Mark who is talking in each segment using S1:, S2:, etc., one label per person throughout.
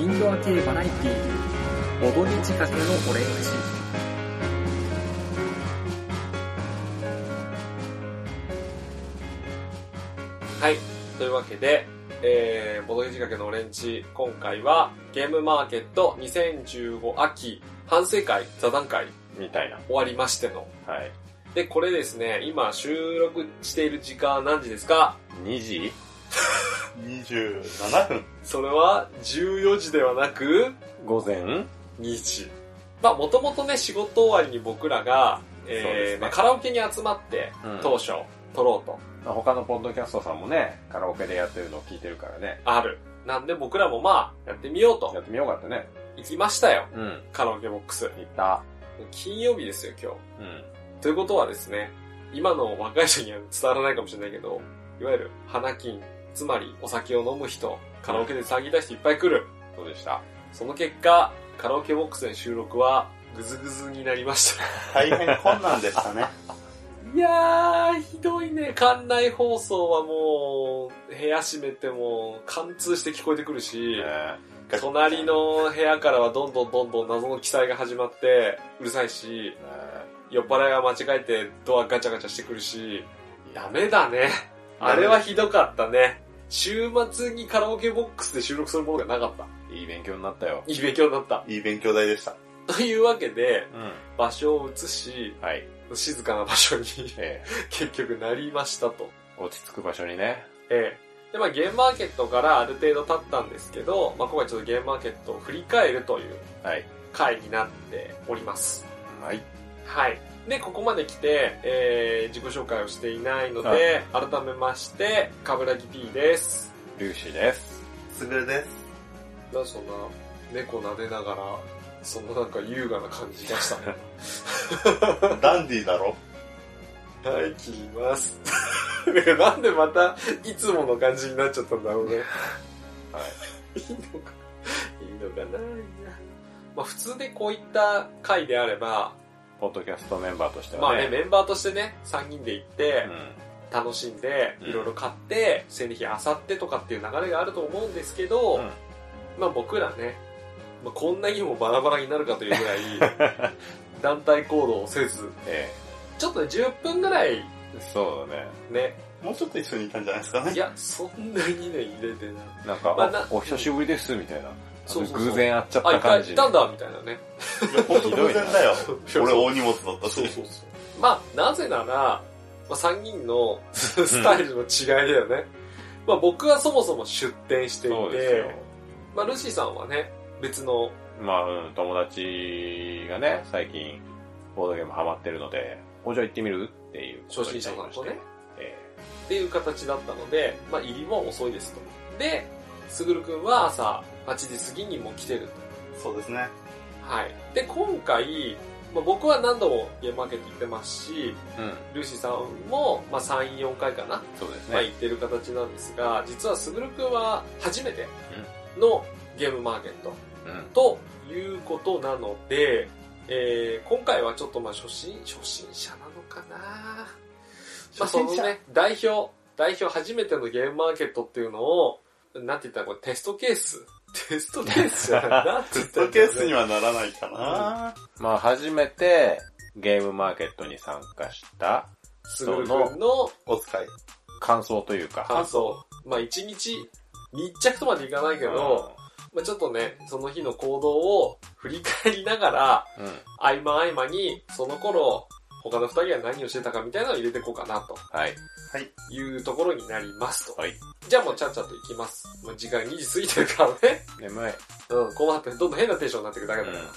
S1: インドア系バラエティー、ボドゲ仕掛けのオレンジ。
S2: はい。というわけで、えー、ボドゲ仕掛けのオレンジ、今回はゲームマーケット2015秋反省会、座談会
S3: みたいな。
S2: 終わりましての。
S3: はい。
S2: で、これですね、今収録している時間は何時ですか
S3: 2時 ?27 分
S2: それは14時ではなく
S3: 午前
S2: 2時。まあ、もともとね、仕事終わりに僕らが、
S3: そう
S2: え
S3: で
S2: ー
S3: すね
S2: まあ、カラオケに集まって、
S3: うん
S2: 当初、撮ろうと。
S3: まあ他のポッドキャストさんもね、カラオケでやってるのを聞いてるからね。
S2: ある。なんで僕らもまあ、やってみようと
S3: やっ。てみようかったね。
S2: 行きましたよ。
S3: うん。
S2: カラオケボックス。
S3: 行った。
S2: 金曜日ですよ、今日。
S3: うん。
S2: ということはですね、今の若い人には伝わらないかもしれないけど、いわゆる花金、つまりお酒を飲む人、カラオケで騒ぎ出していっぱい来る。
S3: そうでした。
S2: その結果、カラオケボックスで収録はぐずぐずになりました。
S4: 大変困難でしたね。
S2: いやー、ひどいね。館内放送はもう、部屋閉めても、貫通して聞こえてくるし、
S3: え
S2: 隣の部屋からはどんどんどんどん謎の記載が始まって、うるさいし、
S3: ーえ
S2: 酔っ払いが間違えてドアガチャガチャしてくるし、
S3: ー
S2: ダメだね。あれはひどかったね。週末にカラオケボックスで収録するものがなかった。
S3: いい勉強になったよ。
S2: いい勉強だった。
S4: いい勉強代でした。
S2: というわけで、
S3: うん。
S2: 場所を移し、
S3: はい。
S2: 静かな場 所に
S3: え
S2: 結局なりましたと。
S3: ー落ち着く場所にね。
S2: ええ。で、まあゲームマーケットからある程度経ったんですけど、まあ今回ちょっとゲームマーケットを振り返るという
S3: はい。
S2: 回になっております。
S3: はい。
S2: はい。で、ここまで来て、えー、自己紹介をしていないので、改めまして、かぶらぎ P です。
S3: リュウシーです。
S4: すぐるです。
S2: なんでそんな猫撫でながら、そのなんか優雅な感じがしたの
S4: ダンディーだろ
S2: はい、切ります。 なんでまた、いつもの感じになっちゃったんだろうね。はい。いいのか、いいのかな。まあ普通でこういった回であれば、
S3: ポッドキャストメンバーとして
S2: ま
S3: は
S2: あね、
S3: ね。
S2: メンバーとしてね、3人で行って、楽しんで、
S3: うん
S2: いろいろ買って、戦利品あさってとかっていう流れがあると思うんですけど、
S3: うん
S2: まあ僕らね、まあ、こんなにもバラバラになるかというぐらい、 団体行動をせず、
S3: うん。え
S2: ちょっとね、10分ぐらい
S3: ーそうだね。
S2: ね、
S4: もうちょっと一緒にいたんじゃないですかね
S2: い。や、そんなにね、入れてない。
S3: なんか、
S2: まあな
S3: おお久しぶりです、みたいな。
S2: そうそうそう
S3: 偶然会っちゃっ
S2: あ、
S3: た
S2: 一回
S3: 感
S2: 行
S3: じ。
S2: ったんだ、みたいなね。
S4: いや、ほんと偶然だよ。
S2: そう
S4: 俺大荷物だったし。
S2: そうそう。まあ、なぜなら、まあ、3人 のスタイルの違いだよね。まあ僕はそもそも出店してい
S3: そうですよ
S2: て、。まあルシーさんはね、別の、
S3: まあ、うん、友達がね、最近、ボードゲームハマってるので、おじゃあ行ってみるっていうこと
S2: 初
S3: に
S2: 心者さ
S3: なん
S2: とね、
S3: え
S2: っていう形だったので、まあ入りは遅いですと。で、すぐるくんは朝8時過ぎにもう来てると。
S4: そうですね。
S2: はい。で、今回、まあ、僕は何度もゲームマーケット行ってますし、
S3: えうん、
S2: ルーシーさんも、まあ、3、4回かな、
S3: そうですね。
S2: まあ、行ってる形なんですが、実はすぐるくんは初めてのゲームマーケット
S3: うん。
S2: ということなので、えー今回はちょっとまあ初心、初心者なのかなまあ、そのね、代表、代表初めてのゲームマーケットっていうのを、なんて言ったらこれテストケーステストケースじゃないなんて
S4: テ
S2: 言っ
S4: ス
S2: たら
S4: ト
S2: いいんだろうね
S4: ケースにはならないかな。
S3: まあ、初めて、ゲームマーケットに参加した
S2: すぐるくんの
S4: お使い。
S3: 感想というか。
S2: 感想。まあ一日、密着とまでいかないけど、まあちょっとね、その日の行動を振り返りながら、
S3: うん、うん。
S2: 合間合間に、その頃、他の二人は何をしてたかみたいなのを入れていこうかな、と
S3: はい。
S2: いうところになりますと。
S3: はい。
S2: じゃあもうちゃっちゃと行きます。もう時間2時過ぎてるから ね。
S3: 眠い。
S2: うん、困って、どんどん変なテンションになってくるだけだ
S3: う
S2: か
S3: ん
S2: ら。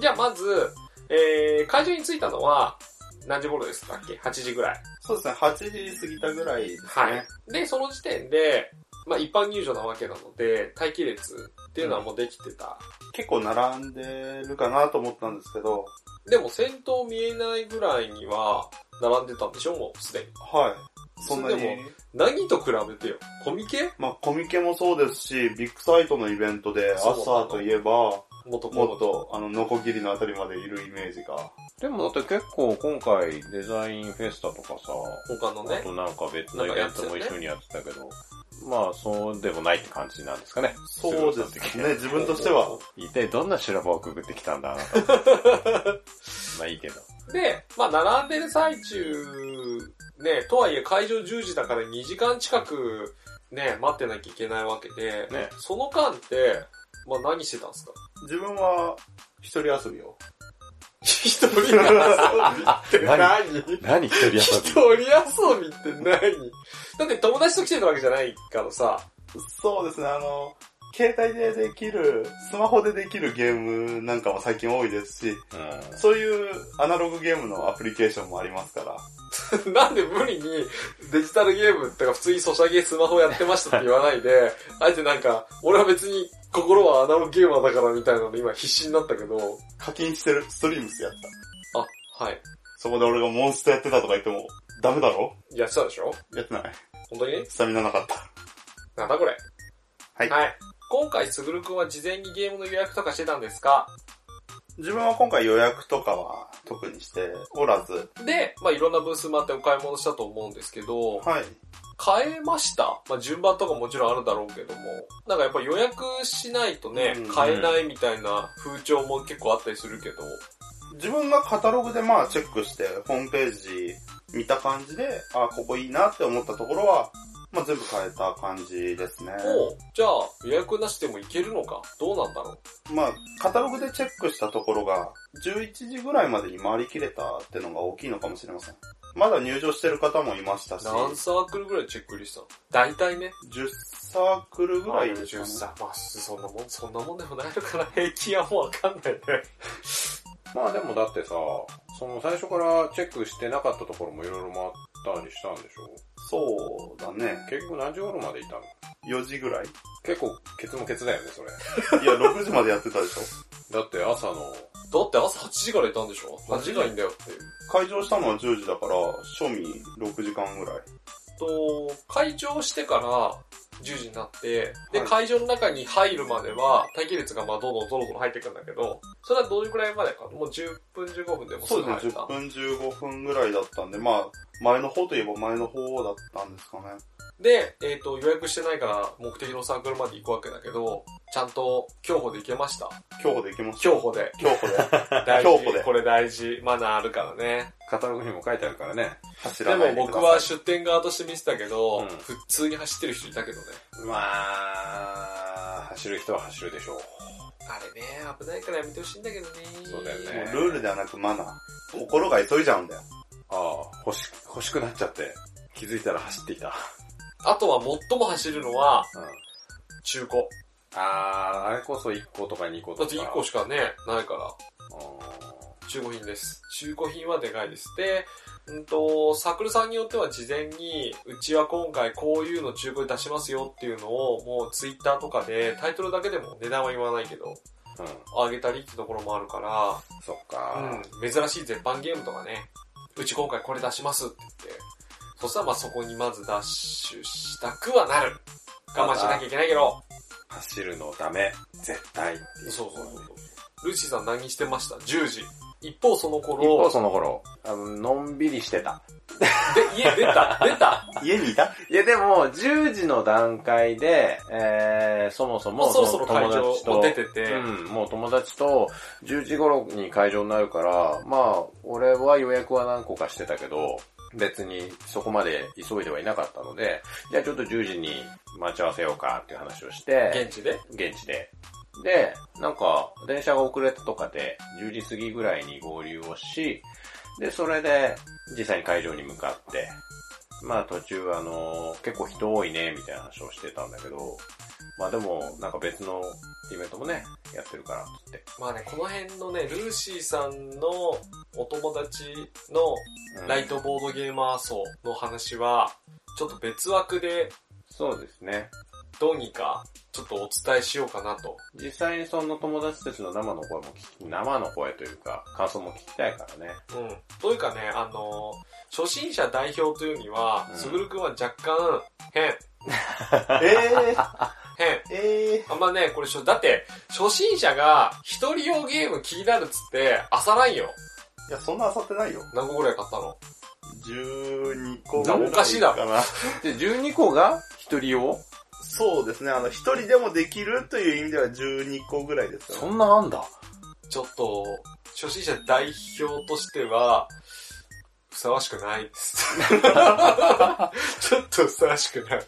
S2: じゃあまず、えー、会場に着いたのは、何時頃でしたっけ ?8 時ぐらい。
S4: そうですね。8時過ぎたぐらいですね。
S2: はい。で、その時点で、まあ一般入場なわけなので、待機列っていうのはもうできてた。
S4: 結構並んでるかなと思ったんですけど、
S2: でも先頭見えないぐらいには、並んでたんでしょもうすでに。
S4: はい。そんなに
S2: そ。れで何と比べてよコミケ
S4: まあ、コミケもそうですし、ビッグサイトのイベントで、
S2: そう
S4: 朝といえば、
S2: もっと
S4: も
S2: も
S4: っ
S2: っ
S4: と
S2: と。、
S4: あの、ノコギリのあたりまでいるイメージが。
S3: でもだって結構今回デザインフェスタとかさ、
S2: 他の
S3: あ
S2: ね。
S3: となんか別のイベントも一緒にやってたけど、ままあ、そうでもないって感じなんですかね。
S4: そうですね、自分としては。
S3: 一体どんな修羅場をくぐってきたんだ、あなた。 まあいいけど。
S2: で、まあ、並んでる最中、ね、とはいえ会場10時だから2時間近く、ね、待ってなきゃいけないわけで、
S3: ね
S2: その間って、まあ、何してたんですか
S4: 自分は、一人遊びを。
S2: 一人遊びって何
S3: 何一人遊び
S2: 一人遊びって何だって友達と来てるわけじゃないからさ、
S4: そうですね、あの、携帯でできる、スマホでできるゲームなんかも最近多いですし、
S3: うん
S4: そういうアナログゲームのアプリケーションもありますから。
S2: なんで無理にデジタルゲームってか普通にソシャゲスマホやってましたって言わないで、あえてなんか、俺は別に心はアナログゲーマーだからみたいなので今必死になったけど、
S4: 課金してる、ストリームスやった。
S2: あ、はい。
S4: そこで俺がモンスターやってたとか言っても、ダメだろ
S2: やってたでしょ
S4: やってない。
S2: 本当に
S4: スタミナなかった。
S2: なんだこれ。
S4: はい
S2: はい。今回、すぐるくんは事前にゲームの予約とかしてたんですか
S4: 自分は今回予約とかは特にしておらず、
S2: で、まあいろんなブースもあってお買い物したと思うんですけど、
S4: はい。
S2: 買えました。まあ、順番とかもちろんあるだろうけども、なんかやっぱ予約しないとね
S4: うん、
S2: 買えないみたいな風潮も結構あったりするけど、
S4: 自分がカタログでまあチェックして、ホームページ見た感じで、あ、ここいいなって思ったところは、まあ全部変えた感じですね。
S2: もう、じゃあ予約なしでもいけるのかどうなんだろう
S4: まあ、カタログでチェックしたところが、11時ぐらいまでに回りきれたってのが大きいのかもしれません。まだ入場してる方もいましたし、
S2: 何サークルぐらいチェックリストだいたいね。
S4: 10サークルぐらいですか
S2: 10
S4: ね。
S2: さ、まあ、そんなもん、そんなもんでもないのかな平均はもうわかんないね。
S3: まあでもだってさ、その最初からチェックしてなかったところもいろいろ回ったりしたんでしょ
S4: そうだね。
S3: 結局何時頃までいたの
S4: 4時ぐらい
S3: 結構ケツもケツだよね、それ。
S4: いや、6時まで やってたでしょ。
S3: だって朝の、
S2: だって朝8時からいたんでしょ ?8 時がいいんだよっていう。
S4: 会場したのは10時だから、庶民6時間ぐらい。
S2: と、会場してから10時になって、で、
S4: はい
S2: 会場の中に入るまでは、待機列がまあどんどんどんどん入っていくんだけど、それはどういうくらいまでかもう10分15分でもす
S4: そ
S2: ぐ
S4: うで
S2: 入
S4: すね、
S2: れた。
S4: 10分15分ぐらいだったんで、まあ、前の方といえば前の方だったんですかね。
S2: で、えっ、と、予約してないから目的のサークルまで行くわけだけど、ちゃんと競歩で行けました。
S4: 競歩で行きましょう。
S2: 競歩 で。
S4: 競歩で。
S2: 大
S4: 競
S2: 事
S4: 歩で。
S2: これ大事。マナーあるからね。
S3: カタログにも書いてあるからね。
S4: 走
S2: で
S4: らない
S2: も
S4: でく
S2: 僕
S4: ださい。
S2: は出店側として見てたけど、
S3: うん
S2: 普通に走ってる人いたけどね。
S3: まあ、走る人は走るでしょう。
S2: あれね、危ないからやめてほしいんだけどね。
S3: そうだよね
S4: もうルールではなくマナー。心が急いじゃうんだよ。
S3: ああ、欲し、欲しくなっちゃって、気づいたら走っていた。
S2: あとは最も走るのは
S3: うん。
S2: 中古。
S3: ああ、あれこそ1個とか2個
S2: だ
S3: と
S2: っ
S3: か。
S2: て1個しかね、ないから、
S3: う
S2: 中古品です。中古品はでかいです。で、うんと、サークルさんによっては事前に、うちは今回こういうの中古で出しますよっていうのを、もうツイッターとかで、タイトルだけでも値段は言わないけど、
S3: ん。うん。
S2: あげたりってところもあるか
S3: そっ
S2: ら、
S3: か。
S2: うん、珍しい絶版ゲームとかね、うち今回これ出しますって言って、そしたらまあそこにまずダッシュしたくはなる。我慢しなきゃいけないけど、
S3: 走るのダメ。絶対ってい
S2: そうそうそう。ルーシーさん何してました ?10 時。一方その頃、
S3: 一方その頃、あの、のんびりしてた。
S2: で、家出 た、出た。
S4: 家にいた
S3: いやでも、10時の段階で、えー、そもそ
S2: も
S3: も、
S2: うそろそろ会
S3: の友
S2: 場
S3: 達と
S2: も出てて、
S3: うん、もう友達と10時頃に会場になるから、まあ、俺は予約は何個かしてたけど、別にそこまで急いではいなかったので、じゃあちょっと10時に待ち合わせようかっていう話をして、
S2: 現地で。
S3: 現地で。で、なんか、電車が遅れたとかで、10時過ぎぐらいに合流をし、で、それで、実際に会場に向かって、まあ途中あの、結構人多いね、みたいな話をしてたんだけど、まあでも、なんか別のイベントもね、やってるから、つって。
S2: まあね、この辺のね、ルーシーさんのお友達の
S3: うん
S2: ライトボードゲーマー層の話は、ちょっと別枠で
S3: そうですね。
S2: どうにかちょっとお伝えしようかなと。
S3: 実際にその友達たちの生の声も聞き、生の声というか、感想も聞きたいからね。
S2: うん。というかね、あの初心者代表というには
S3: う、ん
S2: すぐるくんは若干、変、変。
S4: えー、え
S2: あんまね、これしょ、だって、初心者が一人用ゲーム気になるっつって、朝ラインよ。
S4: ー、いや、そんなあさってないよ。
S2: 何個ぐらい買ったの
S4: 12個
S2: おかしいだ
S4: かな。
S3: で、12個が一人用
S4: そうですね、あの、一人でもできるという意味では12個ぐらいです
S3: そ
S4: よね。
S3: んなあんだ。
S2: ちょっと、初心者代表としては、ふさわしくないです。 ちょっとふさわしくない。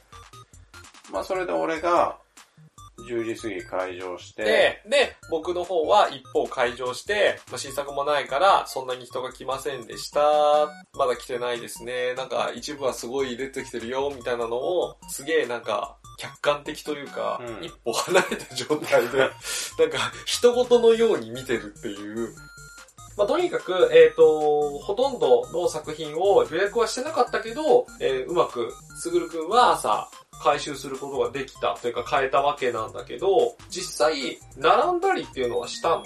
S3: まあそれで俺が、10時過ぎ会場して、
S2: で、で、僕の方は一方会場して、まあ、新作もないから、そんなに人が来ませんでした。まだ来てないですね。なんか一部はすごい出てきてるよ、みたいなのを、すげえなんか、客観的というか、
S3: うん
S2: 一歩離れた状態 で、なんか、人事のように見てるっていう。まあ、とにかく、えっ、と、ほとんどの作品を予約はしてなかったけど、えーうまく、すぐるくんは朝、回収することができたというか変えたわけなんだけど、実際、並んだりっていうのはしたの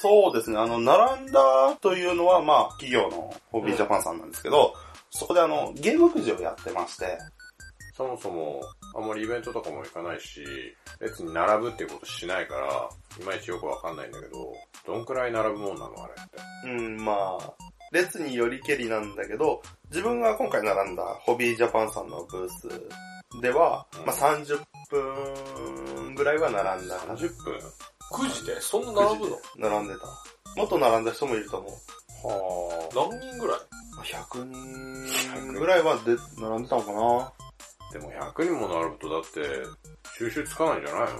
S4: そうですね、あの、並んだというのは、まあ、企業のホビージャパンさんなんですけど、そこであの、ゲームくじをやってまして、
S3: そもそも、あんまりイベントとかも行かないし、別に並ぶっていうことしないから、いまいちよくわかんないんだけど、どんくらい並ぶもんなのあれって。
S4: うん、まあ、列によりけりなんだけど、自分が今回並んだホビージャパンさんのブースでは、まあ30分ぐらいは並んだかな。
S3: 30分
S2: ?9 時でそんな並ぶの
S4: 並んでた。もっと並んだ人もいると思う。
S3: は
S2: 何人ぐらい
S4: 100人ぐらいはで並んでたのかな
S3: あ。でも100人も並ぶとだって、収集つかないんじゃないのあれ。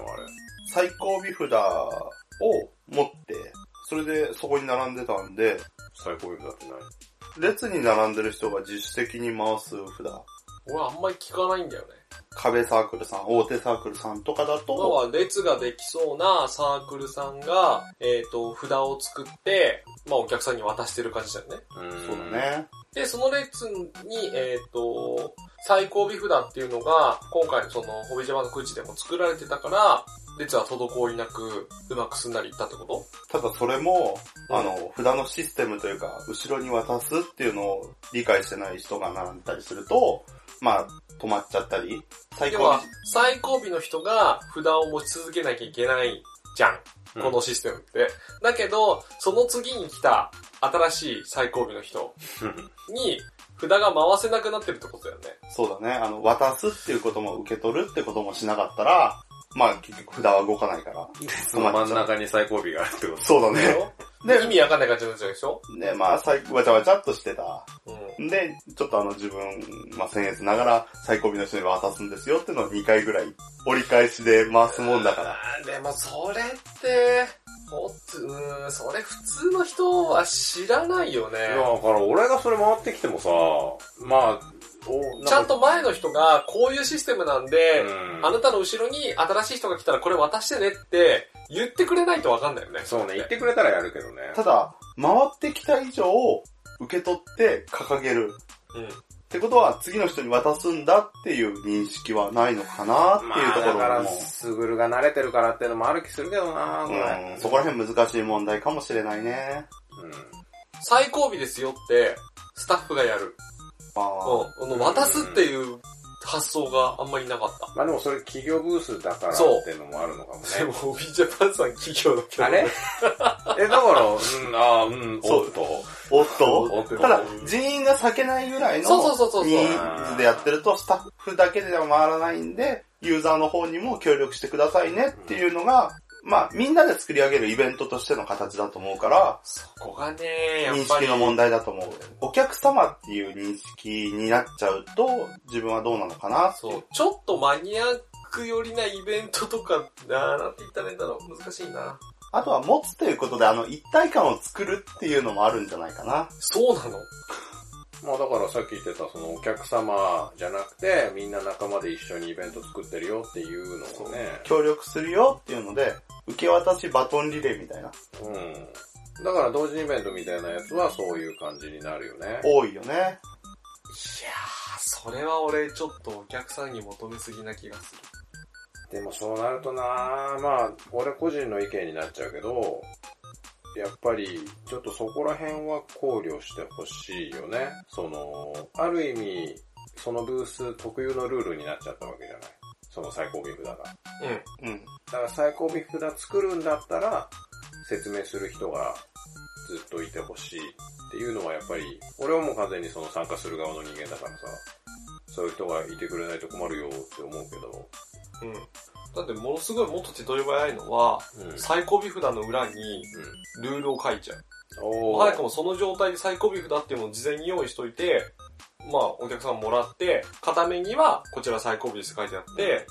S4: 最高尾札を持って、それでそこに並んでたんで、
S3: 最高級だってない。
S4: 列に並んでる人が自主的に回す札。
S2: 俺あんまり聞かないんだよね。
S4: 壁サークルさん、大手サークルさんとかだ
S2: 要
S4: と、
S2: は列ができそうなサークルさんが、えっ、と、札を作って、まあお客さんに渡してる感じだよね。
S3: うん
S4: そうだね。
S2: で、その列に、えっ、と、最高尾札っていうのが、今回のその、ホビジャマのくじでも作られてたから、列は滞りなく、うまくすんなりいったってこと
S4: ただそれも、
S2: うん
S4: あの、札のシステムというか、後ろに渡すっていうのを理解してない人が並んでたりすると、まあ、止まっちゃったり、最
S2: 要
S4: 高
S2: は、最後尾の人が札を持ち続けなきゃいけないじゃん。
S3: うん
S2: このシステムって。だけど、その次に来た新しい最後尾の人に、札が回せなくなってるってことだよね。
S4: そうだね、あの、渡すっていうことも受け取るってこともしなかったら、まあ結局札は動かないから。
S3: その真ん中に最後尾があるってこ
S4: そうだ
S2: でし。ょ
S4: で
S2: 意味わかんない感じになっちゃうでしょ
S4: で、まあ、最わちゃわちゃっとしてた。
S2: うん。
S4: で、ちょっとあの自分、まあ僭越ながら最高尾の人に渡すんですよっていうのを2回ぐらい折り返しで回すもんだから。
S2: あーでもそれって、ほつ、うーん、それ普通の人は知らないよね
S3: と。い。や、だから俺がそれ回ってきてもさ、まあ、お
S2: ちゃん、と前の人が、こういうシステムなんで、
S3: うん
S2: あなたの後ろに新しい人が来たらこれ渡してねって言ってくれないとわかんないよね。
S3: そうね、言ってくれたらやるけどね。
S4: ただ、回ってきた以上、受け取って掲げ
S2: う
S4: る。
S2: ん。
S4: ってことは次の人に渡すんだっていう認識はないのかなっていうところ
S3: まあ、だ
S4: も。
S3: から、スグルが慣れてるからっていうのもある気するけどなこれ。
S4: うん、そこら辺難しい問題かもしれないね。
S3: うん。
S2: 最後尾ですよって、スタッフがやる。
S4: まあ、
S2: うん。あ
S3: うん
S2: の、渡すっていう発想があんまりなかった。
S3: まあでもそれ企業ブースだからって
S2: そう
S3: いうのもあるのかもね。
S2: でも、ビージャパンさん企業だけど。
S3: あれえ、だから、うん、ああ、うん、
S4: そう
S3: おっと。
S4: おっと、
S3: おっと。
S4: ただ、人員が避けないぐらいの
S2: そうそうそうそうそう
S4: 人数でやってると、スタッフだけでは回らないんで、ユーザーの方にも協力してくださいねっていうのが、まあ、みんなで作り上げるイベントとしての形だと思うから、
S2: そこがね、やっ
S4: 認
S2: ぱ
S4: 識
S2: り。
S4: の問題だと思う。お客様っていう認識になっちゃうと、自分はどうなのかなってい
S2: そう。ちょっとマニアック寄りなイベントとか、ななんて言ったらいいんだろう。難しいな。
S4: あとは持つということで、あの、一体感を作るっていうのもあるんじゃないかな。
S2: そうなの
S3: まあだからさっき言ってた、そのお客様じゃなくて、みんな仲間で一緒にイベント作ってるよっていうのもね。
S4: 協力するよっていうので、受け渡しバトンリレーみたいな。
S3: うん。だから同時イベントみたいなやつはそういう感じになるよね。
S4: 多いよ
S2: い
S4: ね。
S2: やー、それは俺ちょっとお客さんに求めすぎな気がする。
S3: でもそうなるとなあまあ、俺個人の意見になっちゃうけど、やっぱり、ちょっとそこら辺は考慮してほしいよね。その、ある意味、そのブース特有のルールになっちゃったわけじゃない。その最高尾札が。だか
S2: うん。
S4: うん。
S3: ら最高尾札作るんだったら、説明する人がずっといてほしいっていうのはやっぱり、俺はもう完全にその参加する側の人間だからさ、そういう人がいてくれないと困るよって思うけど、
S2: うん。だってものすごいもっと手取り早いのは、
S3: うん。
S2: 最後尾札の裏に
S3: う
S2: ルールを書いちゃう。
S3: ん。お
S2: 早くもその状態で最後尾札っていうのを事前に用意しといて、まあお客さんもらって、片面にはこちら最後尾ですって書いてあって、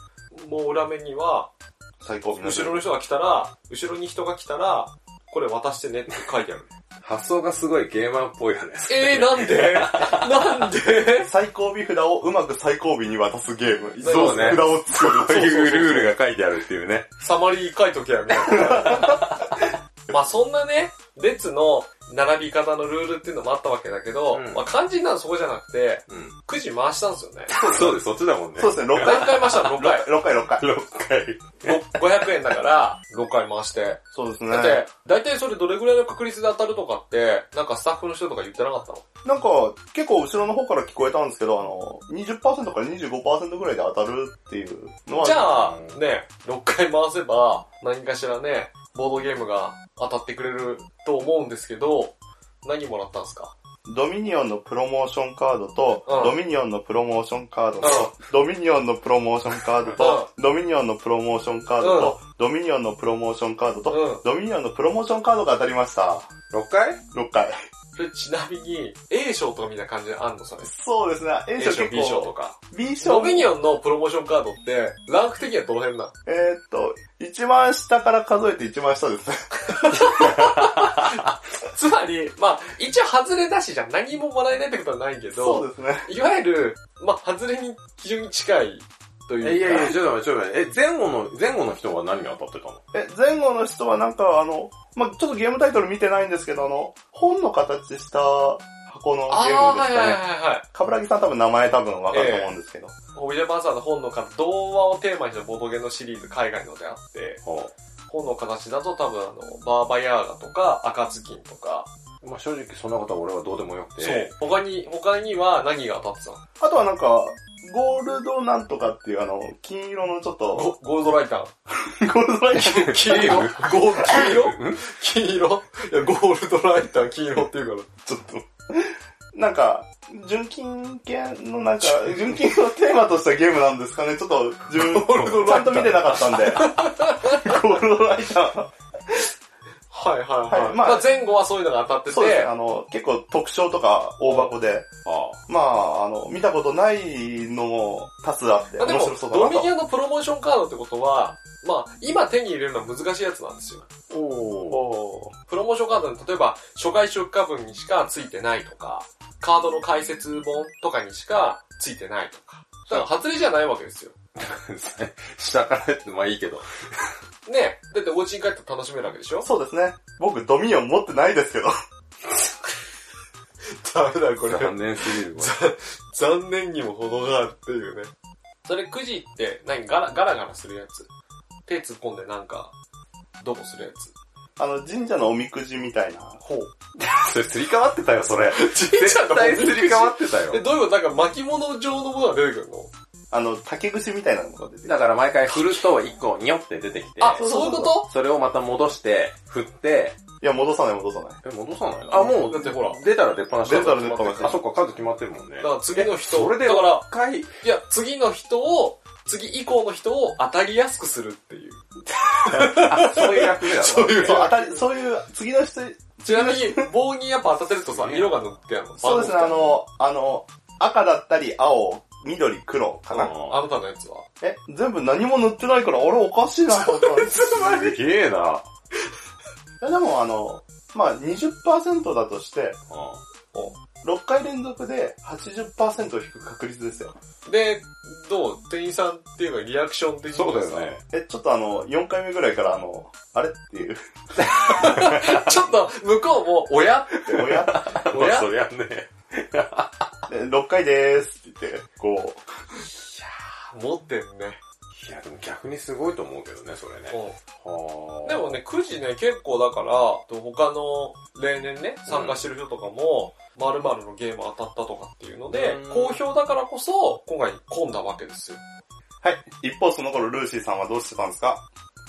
S2: もう裏面には、
S4: 最高
S2: 後ろの人が来たら、後ろに人が来たら、これ渡してねって書いてある。
S3: 発想がすごいゲーマーっぽいよね。
S2: えー、なん でなんで
S4: 最高尾札をうまく最後尾に渡すゲーム。
S3: そうね
S4: 札を作る
S3: と
S4: という。
S3: いうルールが書いてあるっていうね。
S2: サマリー書いとけやみたいな まあそんなね、列の並び方のルールっていうのもあったわけだけど、
S3: うん
S2: まあ肝心なのそこじゃなくて、
S3: うん。
S2: くじ回したんですよね。
S3: そうです、そっちだもんね。
S4: そうですね、6回。
S2: 何回回したの ?6 回。
S4: 6回、6回。
S3: 6回。
S2: ろ500円だから、6回回して。
S4: そうですね。
S2: だって、大体それどれぐらいの確率で当たるとかって、なんかスタッフの人とか言ってなかったの
S4: なんか、結構後ろの方から聞こえたんですけど、あの、20%から25%ぐらいで当たるっていうのは、
S2: じゃあ、ね、6回回せば、何かしらね、ボードゲームが当たってくれると思うんですけど、何もらったんですか
S4: ドミニオンのプロモーションカードと、
S2: うん
S4: ドミニオンのプロモーションカードと、
S2: うん
S4: ドミニオンのプロモーションカードと、ドミニオンのプロモーションカードと、ドミニオンのプロモーションカード
S2: う
S4: と、
S2: ん。
S4: ドミニオンのプロモーションカードが当たりました。
S3: 6回
S4: 6回。
S2: それちなみに、A 賞とかみたいな感じであんのそれ。
S4: そうですね。A
S2: A
S4: 賞
S2: 賞、
S4: 結
S2: B 賞と
S4: 構。
S2: か。
S4: B 賞
S2: ド
S4: も
S2: ミニオンのプロモーションカードって、ランク的にはどの辺なの
S4: えーっと、一番下から数えて一番下ですね。
S2: つまり、まあ、一応外れだしじゃん何ももらえないってことはないけ
S4: そ
S2: ど、
S4: うですね。
S2: いわゆる、まあ、外れに非常に近いという
S3: い
S2: か。
S3: やいや、ちょっと待って、ちょっと待って。え、前後の、前後の人は何が当たってたの
S4: え、前後の人はなんかあの、まあ、ちょっとゲームタイトル見てないんですけど、あの、本の形した箱の
S2: あ
S4: ゲ
S2: あ
S4: ー
S2: ー、
S4: ムで
S2: は
S4: す
S2: いはい
S4: かね。
S2: はいはい。
S4: カブラギさん多分名前多分わかると思うんですけど。
S2: オブジェバンサーの本のか、童話をテーマにしたボードゲームのシリーズ、海外のであって、
S3: ほ
S2: 本の形だと多分あの、バーバヤーガとか、赤ずきんとか、
S3: う。まあ正直そんなことは俺はどうでもよくて。
S2: そう。。他に、他には何が当たってたの
S4: あとはなんか、ゴールドなんとかっていうあの、金色のちょっと、
S2: ゴゴールドライター。
S4: ゴールドライン
S2: 黄 色ゴー黄色黄色いや、ゴールドライター黄色っていうか
S4: ちょっと、なんか、純金系のなんか、純金をテーマとしたゲームなんですかね。ちょっ と、自分、
S2: ゴールドライター
S4: ちゃんと見てなかったんで。 ゴールドライター。
S2: ら。はいはいは。
S4: はいい
S2: ま
S4: ま
S2: あ、
S4: あ
S2: 前後はそういうのが当たってて、
S4: そうですね、あの、結構特徴とか大箱で、
S3: あ
S4: まあ、あの、見たことないのも多数あって、
S2: まあで
S4: 面
S2: も
S4: 白そ、うだ
S2: ド
S4: な
S2: ミニ
S4: と。
S2: オンのプロモーションカードってことは、まあ、今手に入れるのは難しいやつなんですよ。
S3: あ。おお。
S4: おー
S2: プロモーションカードに例えば、初回出荷分にしかついてないとか、カードの解説本とかにしかついてないとか。だから、外れじゃないわけですよ。
S3: 下からやって、まあいいけど。
S2: ねだってお家に帰って楽しめるわけでしょ
S4: そうですね。僕、ドミニオン持ってないですけど。
S2: ダメだ、こ
S3: 残念すぎる、こ
S2: 残念にも程があるっていうね。それくじって何ガラガラガラするやつ手突っ込んでなんか、どうもするやつ
S4: あの、神社のおみくじみたいな。
S2: ほう。
S3: れ。それすり替わってたよ、 それ。絶対 すり替わってたよ
S2: え、。どういうことなんか巻物状のものが出てくるの
S4: あの、竹串みたいなのが出て
S3: だから毎回振ると1個ニョって出てきて、
S2: あ、
S4: そう
S2: そうい
S4: そう
S2: こ
S4: うそう
S2: と
S3: それをまた戻して、振って、
S4: いや、戻さない戻さない。
S3: え、戻さないのあ、もう、
S2: だってほら
S3: 出たら出っ放しだ
S4: 出たら出っ放し
S3: あ、そっか、数決まってるもんね
S2: だ。から次の人
S3: それで、
S2: だから、
S3: 1回、
S2: いや、次の人を、次以降の人を当たりやすくするっていう。
S3: あ、そういう役目だ わ。
S2: そういう
S4: そう当たり、そういう、次の人、
S2: ちなみ に、棒にやっぱ当たってるとさ、色が塗ってあるの。
S4: そうですね、あ
S2: 番号
S4: の、あの、赤だったり、青、緑、黒かな。
S2: あなたのやつは。
S4: え、全部何も塗ってないから、あれおかしいなと思った んです
S3: うんすげえな。
S4: いやでも、あの、まあ、20%だとして、6回連続で80%を引く確率ですよ。
S2: で、どう店員さんっていうかリアクション的に
S3: そう
S2: は
S3: だ
S2: さ
S3: よね。
S4: え、ちょっとあの、4回目ぐらいからあの、あれってい う、
S2: ちょっと、向こうも、おや
S4: おや
S2: お や
S3: そりゃね。
S4: で6回でーすって言って、こう、
S2: 持ってんね。
S3: いや、でも逆にすごいと思うけどね、それね。
S2: う
S3: は
S2: ん
S3: あ
S2: でも、ね、くじね、結構だから、他の例年ね、参加してる人とかも、〇〇のゲーム当たったとかっていうので
S3: う、ん
S2: 好評だからこそ、今回混んだわけですよ。
S4: はい。一方その頃、ルーシーさんはどうしてたんですか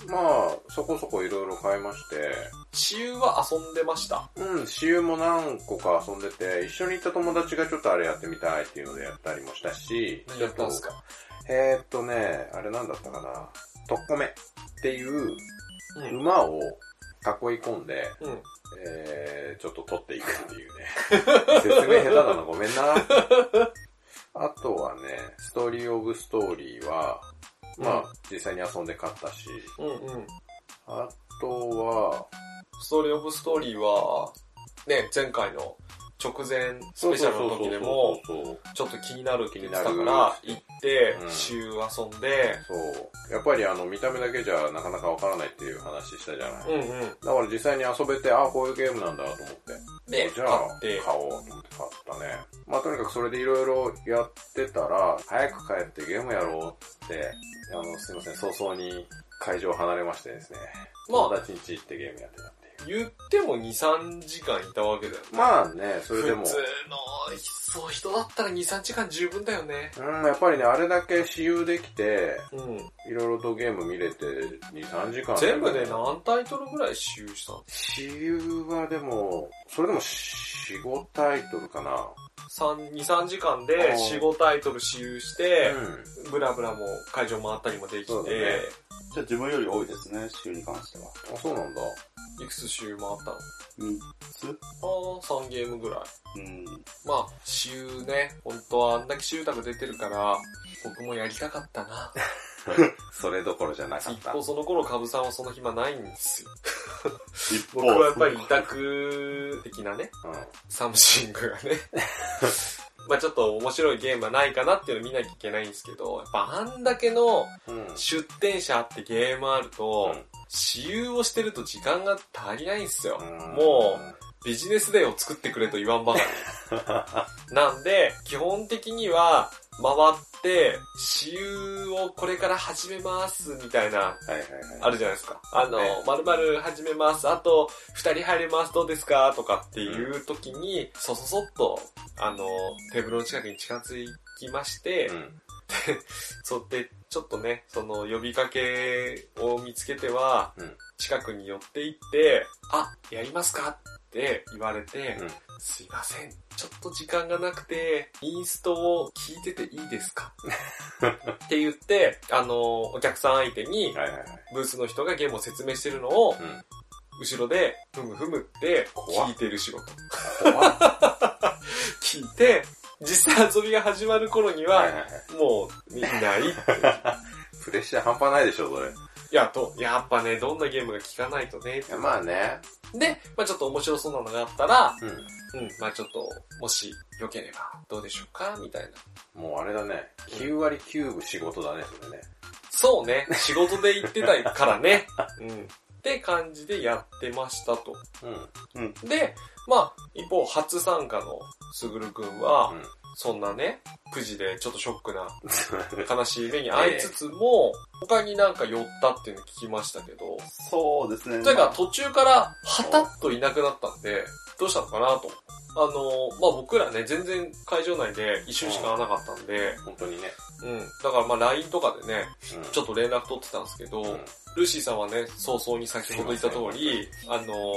S3: まあ、そこそこいろいろ買いまして、
S2: 私有は遊んでました。
S3: うん、私有も何個か遊んでて、一緒に行った友達がちょっとあれやってみたいっていうのでやったりもしたし、
S2: 何やったんですか
S3: ちょっとえー、っとね、あれなんだったかな。トッコメっていう
S2: うん。
S3: 馬を囲い込んで、
S2: うん。
S3: えー、ちょっと取っていくっていうね。 説明下手なのごめんな。あとはね、ストーリーオブストーリーは、まあ、実際に遊んで買ったし、
S2: うんうん。
S3: あとは、
S2: ストーリーオブストーリーは、ね、前回の直前スペシャルの時でも、
S3: そうそうそうそう、
S2: ちょっと気になるって言ってたか
S3: 気にな
S2: ら、
S3: る
S2: 行って
S3: う、ん
S2: 週遊んで、
S3: そう。やっぱりあの、見た目だけじゃなかなかわからないっていう話したじゃない。
S2: うんうん。
S3: だから実際に遊べて、ああ、こういうゲームなんだと思って。
S2: で、
S3: じ
S2: 買
S3: ゃあ
S2: っ、
S3: 買
S2: て、
S3: おうと思って買ったね。まあとにかくそれでいろいろやってたら、早く帰ってゲームやろうって、あの、すいません、早々に会場を離れましてですね。
S2: まあ
S3: 友達ん家行ってゲームやってたってい
S2: 言っても2、3時間いたわけだよね。
S3: う。まあね、それでも
S2: 普。通の、そう人だったら2、3時間十分だよね。
S3: うん、やっぱりね、あれだけ私有できて、
S2: うん。
S3: いろいろとゲーム見れて、2、3時間。
S2: 全部で何タイトルぐらい使用したの
S3: 私有はでも、それでも4、5タイトルかな。
S2: 三二三時間
S3: う
S2: で
S3: ん
S2: 四五タイトル私有して、
S3: うん。
S2: ブラブラも会場回ったりもでき
S3: そうだ
S2: て、
S3: ね
S4: じゃあ自分より多いですね、週に関しては。
S3: あ、そうなんだ。
S2: いくつ週回った
S4: 3つ
S2: のああ、三ゲームぐらい。
S4: うん。
S2: まあ、週ね、本当はあんだけ週卓出てるから、僕もやりたかったな。
S3: それどころじゃなかっ
S2: 一
S3: た。
S2: 方その頃、カブさんはその暇ないんですよ。
S4: 一方
S2: 僕はやっぱり委託的なね、
S3: うん。
S2: サムシン グがね。まあちょっと面白いゲームはないかなっていうのを見なきゃいけないんですけど、やっぱあんだけの
S3: うん。
S2: 出店者あってゲームあると、
S3: うん
S2: 私有をしてると時間が足りないんですよ。も
S3: も
S2: ビジネスデーを作ってくれと言わんばか り。なんで、基本的には回って、私有をこれから始めますみたいな、
S3: う、はいはい
S2: あるじゃないですか。あの
S3: ね、
S2: まるまる始めます。あと、二人入れます。どうですかとかっていう時に、そそそっと、あの、テーブルの近くに近づきまして、
S3: はい。
S2: そうって、ちょっとね、その呼びかけを見つけては、
S3: うん
S2: 近くに寄って行って、あ、やりますかって言われて、
S3: うん
S2: すいません、ちょっと時間がなくて、インストを聞いてていいです かって言って、あの、お客さん相手
S3: うん。
S2: に、
S3: はいはいはい。
S2: ブースの人がゲームを説明してるのを、
S3: うん
S2: 後ろで、ふむふむって、
S3: 怖っ
S2: 聞いてる仕事。
S3: 怖っ
S2: 聞いて、実際遊びが始まる頃には、
S3: はいはいはい。
S2: もう、いない
S3: プレッシャー半端ないでしょ、それ。い
S2: いや、と、やっぱね、どんなゲームが効かないとね。
S3: やまあね。
S2: で、まあちょっと面白そうなのがあったら、
S3: うん。
S2: うん、まあちょっと、もし、良ければ、どうでしょうかみたいな。
S3: もうあれだね。9割9分仕事だね、それね。
S2: そうね、仕事で行ってたからね。うん。って感じでやってましたと。
S3: うん。
S2: で、まあ一方、初参加のすぐるくんは、
S3: うん
S2: そんなね、くじでちょっとショックな、悲しい目に遭いつつも、他になんか寄ったっていうの聞きましたけど、
S4: そうですね。
S2: というか途中からはたっといなくなったんで、どうしたのかなと。あのー、まあ、僕らね、全然会場内で一周しか会わなかったんで、
S3: 本当にね。
S2: うん。だからまあ、LINE とかでね、
S3: うん
S2: ちょっと連絡取ってたんですけど、
S3: うん
S2: ルーシーさんはね、早々に先ほど言った通り、あのー、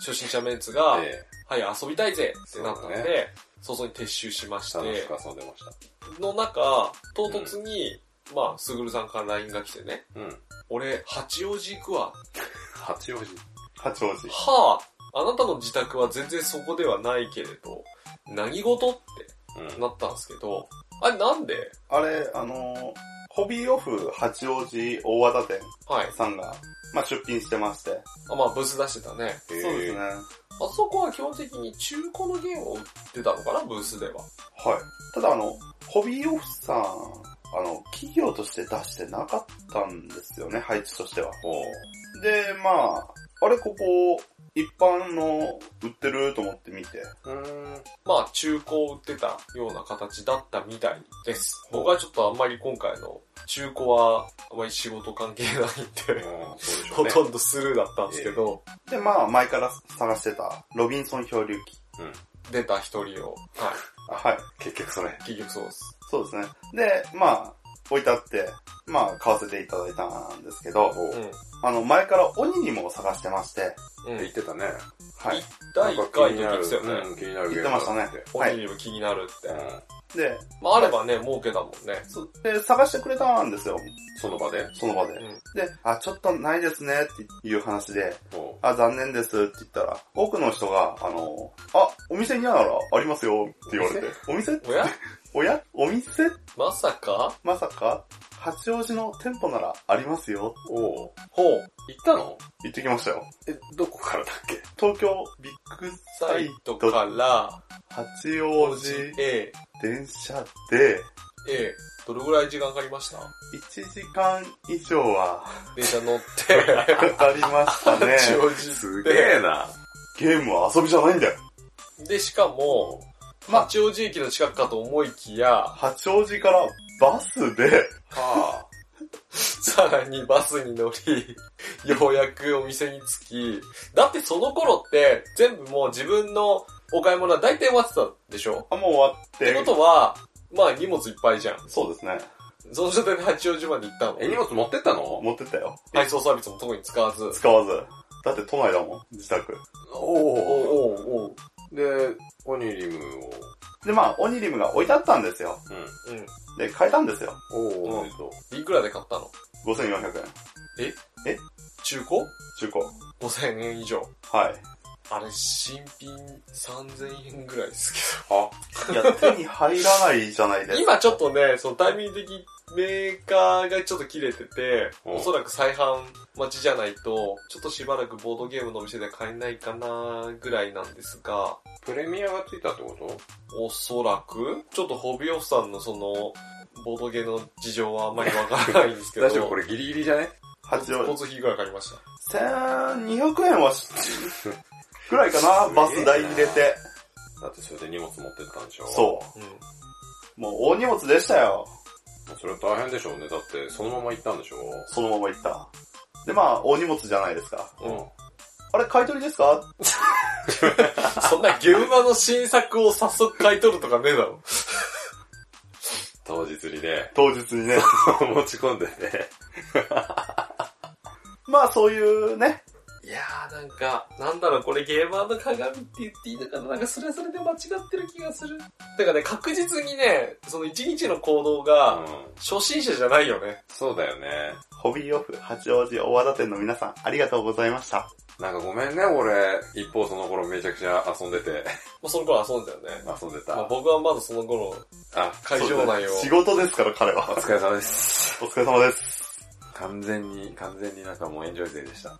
S2: 初心者メンツが、
S3: え
S2: はい、遊びたいぜってなったんで、
S3: そう
S2: 早々に撤収しまし、
S3: え楽してく遊んでました。
S2: の中、唐突に、まあ、すぐるさんから LINE が来てね、
S3: うん。
S2: 俺、八王子行くわ
S3: 八王子。
S4: 八王子。
S2: はあ、あなたの自宅は全然そこではないけれど、何事って
S3: うん。
S2: なったんですけど、あれなんで
S4: あれ、あのーホビーオフ八王子大和田店
S2: はい。
S4: さんが、まあ、出品してまして。
S2: あ、まあブース出してたね。
S3: そ
S4: そうですね。。
S2: あそこは基本的に中古のゲームを売ってたのかな、ブースでは。
S4: はい。ただあの、ホビーオフさん、あの、企業として出してなかったんですよね、配置としては。
S3: ほ
S4: で、まあ、あれここ、一般の売ってると思って見て。
S3: う。うん。
S2: まあ中古を売ってたような形だったみたいです。僕はちょっとあんまり今回の中古はあまり仕事関係ないんで、
S3: うんそうでしょう
S2: ほ
S3: ね。
S2: とんどスルーだったんですけど、
S4: で、まあ、前から探してた、ロビンソン漂流記。
S2: 出た一人を、は
S4: はい。
S3: 結局それ。
S2: い、結局そうです。
S4: そうですね。で、まあ、置いてあって、まあ、買わせていただいたんですけど、
S3: ほう。
S2: う
S3: っ
S2: ん
S3: て。
S4: あの、前から鬼にも探してまして、
S2: うん
S3: 言っ。てたね。
S4: はい。
S2: 第1回の
S3: に
S2: 時
S3: な
S2: で
S3: る
S2: すよね。
S3: うん、気になる
S4: 言ってましたね
S3: ゲームだって
S2: 本人にも気になるって。
S3: うん
S4: で、
S2: まあ、あればね、儲けだもんね。
S4: そで、探してくれたんですよ、
S3: その場で。
S4: その場で。
S2: うん
S4: で、あ、ちょっとないですねっていう話で、
S3: おう
S4: あ、残念ですって言ったら、多くの人が、あの、あ、お店にならありますよって言われて、お店
S2: おや
S4: おやお店
S2: まさか
S4: まさか、八王子の店舗ならありますよ。
S3: おう
S2: ほう。
S3: 行ったの
S4: 行ってきましたよ。
S3: え、どこからだっけ
S4: 東京ビッグ
S2: サ
S4: サ
S2: イ
S4: イ
S2: ト
S4: ト
S2: から、
S4: 八王子
S2: A、
S4: 電車で
S2: A、どれぐらい時間かかりました
S4: 1時間以上は
S2: 電車乗 って、
S4: かかりましたね。
S2: 八王子
S3: す
S2: っ
S3: げえ
S2: て。
S3: な。
S4: ゲームは遊びじゃないんだよ。
S2: で、しかも、
S4: まあ
S2: 八王子駅の近くかと思いきや、
S4: 八王子からバスで、
S3: は
S2: さらにバスに乗り、ようやくお店に着き、だってその頃って、全部もう自分のお買い物は大体終わってたでしょ
S4: あ、もう終わっ
S2: って
S4: て。
S2: ことは、まあ荷物いっぱいじゃん。
S4: そうですね。
S2: その状態で八王子まで行ったの
S3: あ。え、荷物持ってったの
S4: 持ってったよ。
S2: 配送サービスも特に使わず。おう
S4: 使わず。だって都内だもん、自宅。
S3: おう
S2: おうおう。
S3: で、オニリムを。
S4: で、まあ、オニリムが置いてあったんですよ。
S2: うん。
S4: で、買えたんですよ。
S3: おう
S2: うん
S3: おめでとう。
S2: いくらで買ったの
S4: 5400円。
S2: 中古
S4: 中古。
S2: ?5000 円以上。
S4: はい。
S2: あれ、新品3000円ぐらいですけ
S3: あ、
S4: いや、手に入らないじゃないで
S2: ど。
S4: すか。
S2: 今ちょっとね、そのタイミング的にメーカーがちょっと切れてて、
S3: うん
S2: おそらく再販待ちじゃないと、ちょっとしばらくボードゲームのお店で買えないかなぐらいなんですが、
S3: プレミアがついたってこと
S2: おそらく、ちょっとホビオフさんのその、ボードゲーの事情はあんまりわからないんですけど、
S3: 大丈夫これギリギリじゃね
S4: 八王
S2: 交通
S4: 子。
S2: 費ぐらいかかりました。
S4: 1200円はし、 くらいかな、バス代入れて。
S3: だってそれで荷物持ってったんでしょ
S4: そ
S2: うん。
S4: う。もう大荷物でしたよ。
S3: う。それは大変でしょうね。だって、そのまま行ったんでしょ
S4: そのまま行った。で、まあ、大荷物じゃないですか。
S2: うん
S4: あれ、買い取りですか
S2: そんなゲームマの新作を早速買い取るとかねえだろ。
S3: 当日にね、
S4: 当日にね。
S3: 持ち込んでね。
S4: まあ、そういうね、
S2: いやーなんか、なんだろう、これゲーマーの鏡って言っていいのかななんかそれはそれで間違ってる気がする。だからね、確実にね、その一日の行動
S3: う
S2: が、
S3: ん。
S2: 初心者じゃないよね。
S3: そうだよね。
S4: ホビーオフ八王子大和田店の皆さん、ありがとうございました。
S3: なんかごめんね、俺。一方その頃めちゃくちゃ遊んでて、
S2: もうその頃遊んだよね。
S3: 遊んで
S2: まあ、
S3: た。
S2: 僕はまだその頃、
S3: あ、
S2: 会場内を。
S4: 仕事ですから、彼
S3: お
S4: は。
S3: 疲れ様です。
S4: お疲れ様です。
S3: 完全に、完全になんかもうエンジョイ勢でした。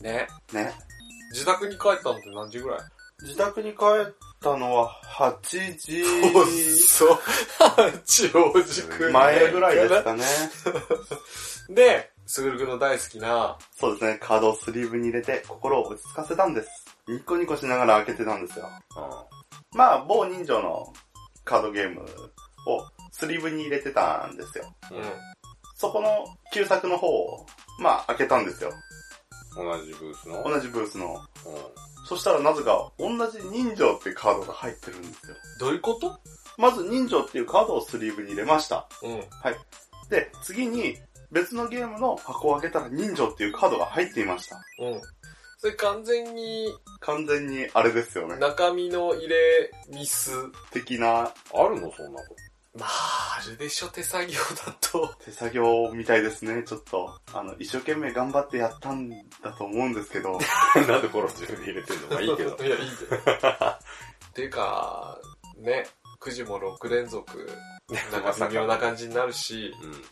S2: ね。
S4: ね。
S2: 自宅に帰ったのって何時ぐらい
S4: 自宅に帰ったのは8時
S2: そう。八王子くん。
S4: 前ぐらいですかね。
S2: で、すぐるくんの大好きな、
S4: そうですね、カードをスリーブに入れて心を落ち着かせたんです。ニコニコしながら開けてたんですよ。
S3: う
S4: まあ、某人情のカードゲームをスリーブに入れてたんですよ。
S2: うん
S3: ん。。
S4: そこの旧作の方を、まあ、開けたんですよ。
S3: 同じブースの。
S4: 同じブースの。
S3: うん。
S4: そしたらなぜか、同じ人情っていうカードが入ってるんですよ。
S2: どういうこと
S4: まず人情っていうカードをスリーブに入れました。
S2: うん。
S4: で、次に別のゲームの箱を開けたら人情っていうカードが入っていました。
S2: うん。それ完全に
S4: 完全にあれですよね。
S2: 中身の入れミス。
S4: 的な
S3: あるのそんなこ
S2: まあ、あれでしょ、手作業だと。
S4: 手作業みたいですね、ちょっと。あの、一生懸命頑張ってやったんだと思うんです けど、
S3: と。なんで頃自分で入れてんのまあいいけど。
S2: いや、いいけど。ていうか、ね、9時も6連続、 なんか微妙な感じになるし、
S3: うん。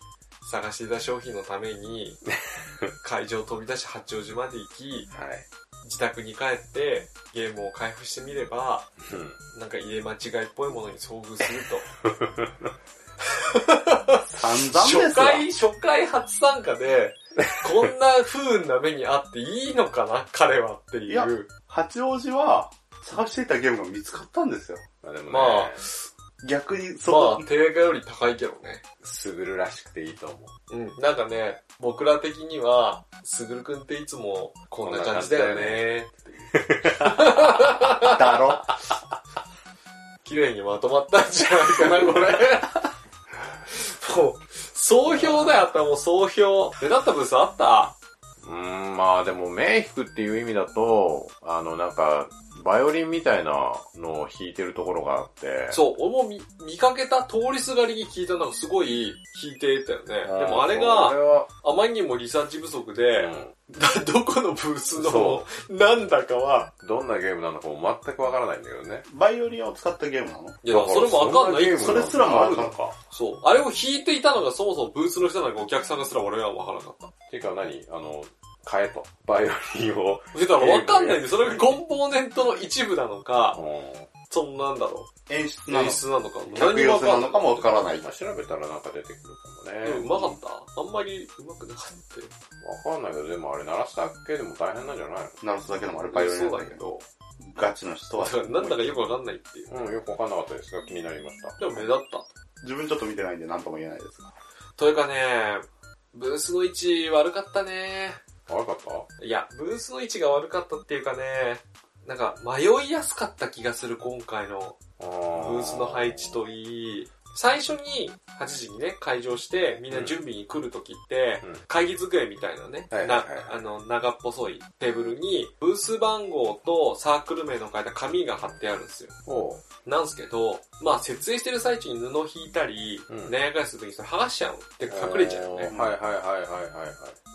S2: 探していた商品のため に、会場を飛び出し八王子まで行き、
S3: はい。
S2: 自宅に帰って、ゲームを開封してみれば、
S3: うん。
S2: なんか入れ間違いっぽいものに遭遇すると。初
S4: 散々ですわ。
S2: 回、初回初参加で、こんな不運な目にあっていいのかな 彼はって
S4: い
S2: い
S4: や
S2: う。
S4: 八王子は探していたゲームが見つかったんですよ。
S3: まあでもね、
S2: まあ
S4: 逆に、そ
S2: ま
S4: こ、
S2: あ、定価より高いけどね。
S3: すぐるらしくていいと思
S2: う
S3: う。
S2: ん。なんかね、僕ら的には、すぐるくんっていつもこんな感じだよね。
S4: だろ。
S2: 綺麗にまとまったんじゃないかな、 これ。もう、総評だよ、あったもう総評。目立ったブースあった
S3: うーん、まあでも、目引くっていう意味だと、あの、なんか、バイオリンみたいなのを弾いてるところがあって、
S2: そう、俺も見見かけた通りすがりに聞いたなんかすごい弾いてたよね。でもあれ
S3: こ
S2: が
S3: れは、
S2: あまりにもリサーチ不足で、
S3: う
S2: だ どこのブースの
S3: そ
S2: なんだかは、
S3: んどんなゲームなのかも全くわからないんだけどね。
S4: バイオリンを使ったゲームなの
S2: いや、それもわかんない
S3: ゲーム
S4: それすらも
S3: あ
S4: わか
S3: る
S4: んない
S3: のか。
S2: そう。あれを弾いていたのがそもそもブースの人なんかお客さんがすら俺はわからなかった。
S3: っていうか何あの、変えと。バイオリンを。
S2: だからわかんないんで、それがコンポーネントの一部なのか、
S3: う
S2: そのなんだろ
S4: 演出
S2: う、
S4: なの
S2: 演
S4: か、
S2: 出なのか、もう
S4: 客
S2: も
S4: 寄
S2: わ
S4: せ
S2: か
S4: なん
S2: な
S4: の
S2: い。
S4: かもわからない
S3: ん。。まあ、調べたらなんか出てくる
S2: うんう
S3: かも
S2: ま
S3: ね。
S2: かったあんまりうまくなかったよ。
S3: わかんないけど、でもあれ鳴らすだけでも大変なんじゃないの
S4: 鳴らすだけでもあれバイオリンなんだけど、ガチの人は
S2: だ。から なんだかよくわかんないっていう。
S3: うん、よくわかんなかったですが、気になりました。
S2: でも目立った。
S4: 自分ちょっと見てないんで何とも言えないですが。
S2: というかね、ブースの位置悪かったね。
S3: 悪かった
S2: いや、ブースの位置が悪かったっていうかね、なんか迷いやすかった気がする今回の
S3: ブ
S2: ブー
S3: ー
S2: スの配置。といい、最初に8時にね、会場してみんな準備に来るときって、
S3: うん
S2: 会議机みたいなね、
S3: はい
S2: な
S3: はいはい
S2: あの、長っぽそいテーブルに、ブース番号とサークル名の書いた紙が貼ってあるんですよ。
S3: おう
S2: なんすけど、まあ設営してる最中に布引いたり、
S3: うん
S2: 悩みするときにそれ剥がしちゃうって隠れちゃうよね。
S3: おはいはいはいはいはいは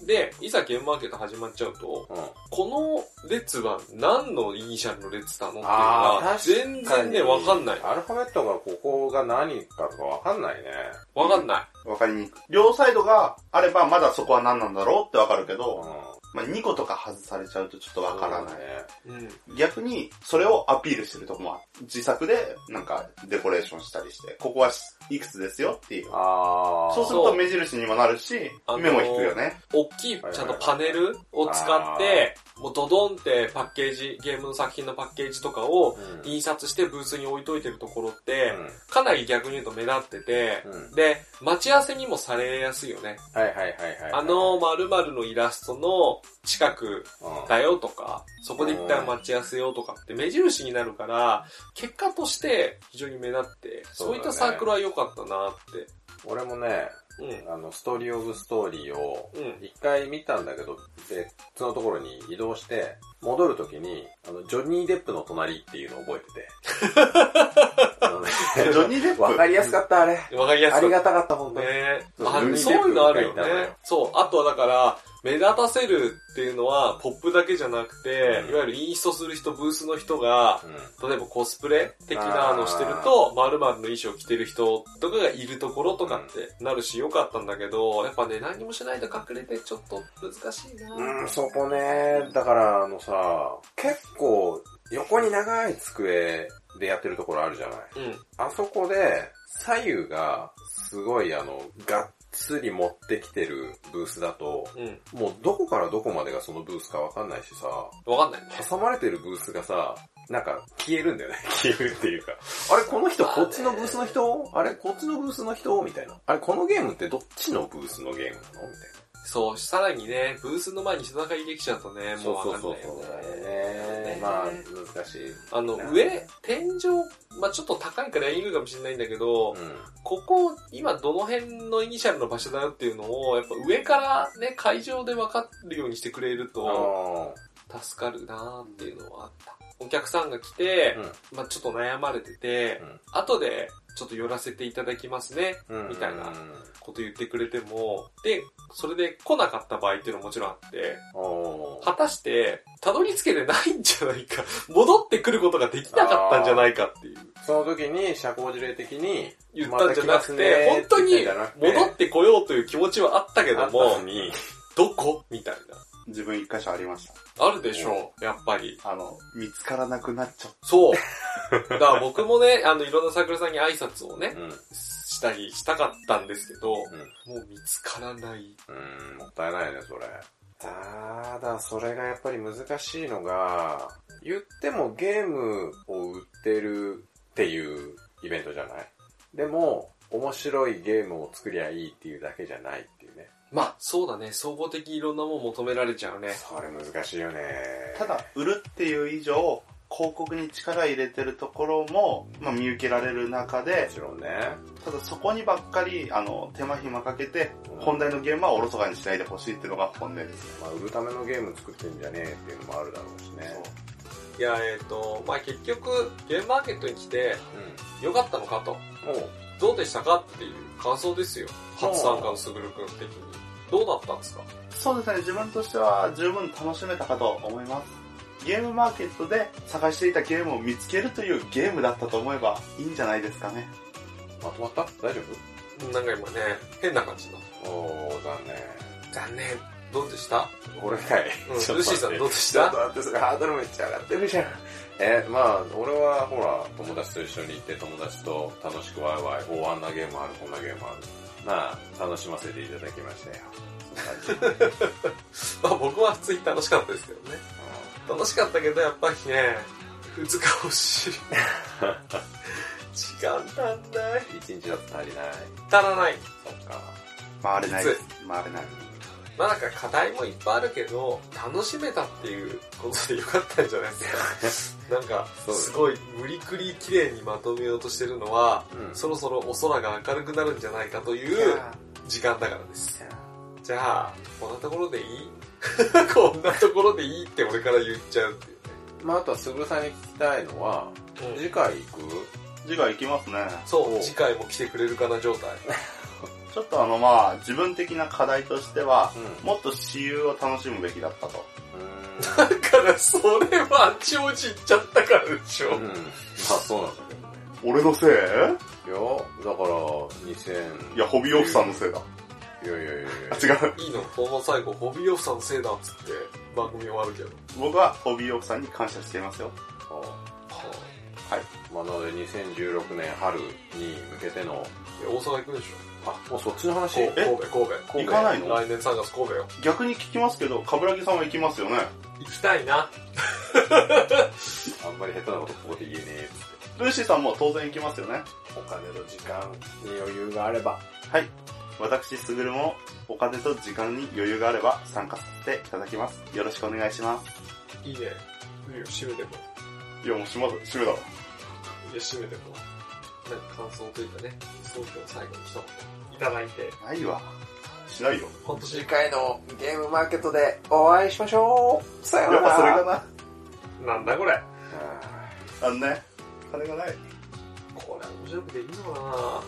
S3: い。
S2: で、いざゲームマーケット始まっちゃうと、
S3: うん。
S2: この列は何のイニシャルの列なのっていうの
S3: あ
S2: が、
S3: ー
S2: 全然ね、わかんない。
S3: アルファベットがここが何かとかわかんないね。
S2: わかんな
S4: わかりにくい。両サイドがあればまだそこは何なんだろうってわかるけ
S3: うん
S4: ど、。まあ、2個とか外されちゃうとちょっとわからない。
S3: ね。
S2: い。うん。
S4: 逆に、それをアピールしてるとこもある自作で、なんか、デコレーションしたりして、ここはしいくつですよっていう。
S3: あー。
S4: そうする
S2: そ
S4: と
S2: う
S4: 目印にもなるし
S2: あの、ー
S4: 目も引くよ ね。
S2: 大きい、ちゃんとパネルを使って、もうドドンってパッケージ、ゲームの作品のパッケージとかを
S3: うん
S2: 印刷してブースに置いといてるところって、かなり逆に言うと目立ってて
S3: う、ん。うん
S2: で、待ち合わせにもされやすいよね。
S3: はいはいはいはい。
S2: あの、〇〇のイラストの近く
S3: うん、
S2: だよとか、そこで一旦待ち合わせようとかって目印になるから、結果として非常に目立って、
S3: そ
S2: そ
S3: う
S2: う
S3: だ
S2: いっ
S3: ね
S2: たサークルは良かったなって。
S3: 俺もね、
S2: うん。
S3: あの、ストーリーオブストーリーを、
S2: うん。
S3: 一回見たんだけど、別のところに移動して、戻るときに、あの、ジョニー・デップの隣っていうのを覚えててあのね。
S4: ジョニー・デップ。
S3: わかりやすかった、あれ。
S2: わかりやす
S3: あ
S2: か
S3: り
S2: った
S3: がたかった、本当に。
S2: ね
S3: そう
S2: あ
S3: ルイ
S2: そういうのあるよ
S3: デップみたいなの
S2: ね
S3: よ。
S2: そう。あとはだから、目立たせるっていうのは、ポップだけじゃなくて、
S3: うん
S2: いわゆるインストする人、ブースの人が、
S3: うん。
S2: 例えばコスプレ的なのしてると、〇〇の衣装着てる人とかがいるところとかってなるし、良かったんだけど、やっぱね、何もしないと隠れてちょっと難しいな
S3: うん、そこね、だからあのさ、結構横に長い机でやってるところあるじゃない。
S2: うん。
S3: あそこで左右がすごいあの、がっつり持ってきてるブースだと、
S2: うん。
S3: もうどこからどこまでがそのブースかわかんないしさ、
S2: わかんないね。
S3: 挟まれてるブースがさ、なんか消えるんだよね。 消えるっていうか。あれこの人こっちのブースの人あれこっちのブースの人みたいな。あれこのゲームってどっちのブースのゲームなのみたいな。
S2: そう、さらにね、ブースの前に人だかりできちゃうとね、もうわかんないよね。
S3: ねまあ、難しい。
S2: あの、上、天井、まあちょっと高いからやりにくいかもしれないんだけど、
S3: う
S2: ここ、今どの辺のイニシャルの場所だよっていうのを、やっぱ上からね、会場で分かるようにしてくれる
S3: ん。
S2: と、助かるなーっていうのはあった。お客さんが来て、まあちょっと悩まれてて、後でちょっと寄らせていただきますね、
S3: うん。
S2: みたいなこと言ってくれても、で、それで来なかった場合っていうのももちろんあって、
S3: おー
S2: 果たして、たどり着けてないんじゃないか、 戻ってくることができなかったんじゃないかっていう。
S3: その時に社交辞令的に、
S2: 言ったんじゃなく
S3: また来ます
S2: て、
S3: ね
S2: 本当に戻
S3: 戻
S2: ってこようという気持ちはあったけ
S3: け
S2: ど
S3: ど
S2: も
S3: も、、 に、
S2: どこみたいな。
S4: 自分一箇所ありました。
S2: あるでしょう、やっぱり。
S4: あの、見つからなくなっちゃっ
S2: そう。だから僕もね、あの、いろんな桜さんに挨拶をね、
S3: うん。うん
S2: したりしたかったんですけど、もう見つからない。
S3: うん、もったいないね、それ。ただ、それがやっぱり難しいのが、言ってもゲームを売ってるっていうイベントじゃないでも、面白いゲームを作りゃいいっていうだけじゃないっていうね。
S2: まあ、そうだね、総合的にいろんなもん求められちゃうね。
S3: それ難しいよね。
S4: た。だ、売るっていう以上、広告に力入れてるところも、まあ、見受けられる中
S3: も
S4: で、
S3: ちろんね。
S4: ただそこにばっかり、あの、手間暇かけて、本題の現場はおろそかにしないでほしいっていうのが本音です。
S3: まあ、売るためのゲーム作ってんじゃねえっていうのもあるだろうしね。
S2: いや、えっ、と、まあ結局、ゲームマーケットに来て、
S3: う
S2: 良かったのかと。
S3: ん。おう
S2: どうでしたかっていう感想ですよ。初参加のすぐるくん的に。どうだったんですか
S4: そうですね、自分としては十分楽しめたかと思います。ゲームマーケットで探していたゲームを見つけるというゲームだったと思えばいいんじゃないですかね。
S3: まとまった大丈
S2: なんか今ね、変な感じになっ
S3: 夫おー、残念。
S2: た。残念。どうでした
S3: 俺かい。
S2: うん、ル
S3: ちょっと待っ
S2: ー
S3: て
S2: シーさんどうでし
S3: ちょったと待って、それハードルめっちゃ上がってるじゃん。え、まあ、俺はほら、友達と一緒に行って友達と楽しくワイワイ、おーあんなゲームある、こんなゲームある。まあ、楽しませていただきましたよ。そん な感じ
S2: まあ僕は普通に楽しかったですけどね。楽しかったけどやっぱりね、2日欲 しい。時間足んない。
S3: うん一日だと足りない。
S2: 足らない。
S3: そっか。
S4: 回れないです。回れない。
S2: まあなんか課題もいっぱいあるけど、楽しめたっていうことでよかったんじゃないですか。なんか、
S3: そうで
S2: す
S3: す
S2: ごい無理くり綺麗にまとめようとしてるのは、
S3: うん。
S2: そろそろお空が明るくなるんじゃないかとい
S4: いうや
S2: 時間だからです。
S4: ー
S2: じゃあ、こんなところでいい こんなところでいいって俺から言っちゃうって
S3: まあ、あとはすぐるさんに聞きたいのは、
S2: いうね。
S3: 次回行く
S4: 次回行きますね。
S2: そう、次回も来てくれるかな状態。
S4: ちょっとあのまあ自分的な課題としては、
S3: うん。
S4: もっと私有を楽しむべきだったと。
S2: だから、それはあっちおち行っちゃったからでしょ。
S3: うん。まあ、そうなんだけどね。
S4: 俺のせい
S3: いや、だから、2000。
S4: いや、ホビーオフさんのせいだ。
S3: いやいやいやいや。
S4: あ、 違う。
S2: いいのこの最後、ホビーオフさんのせいだっつって番組終わるけど。
S4: 僕はホビーオフさんに感謝していますよ。
S3: はい。まあ、なので2016年春に向けての、
S2: いや大阪行くでし
S3: あ、もうそっちの
S2: ょ
S3: 話
S2: 神戸、神戸。
S4: 行かないの
S2: 来年3月神戸よ。
S4: 逆に聞きますけど、カブラギさんは行きますよね。
S2: 行きたいな。
S3: あんまり下手なことここで言えねえっつっ
S4: ルーシーさんも当然行きますよね。
S3: て。お金と時間に余裕があれば。
S4: はい。私、すぐるも、お金と時間に余裕があれば参加させていただきます。よろしくお願いします。
S2: いいね。いいよ、締めても。
S4: いや、もう閉まる、閉めだろ。
S2: いや、締めても。なんか感想というかね、総評を最後に一言いただいて、
S4: ないわ。しないよ。
S2: 今年
S3: 回のゲームマーケットでお会いしましょうさ
S4: やっぱそれか
S2: なんだこれ。
S4: な。あのね、金がない。
S2: これ面白くできんのか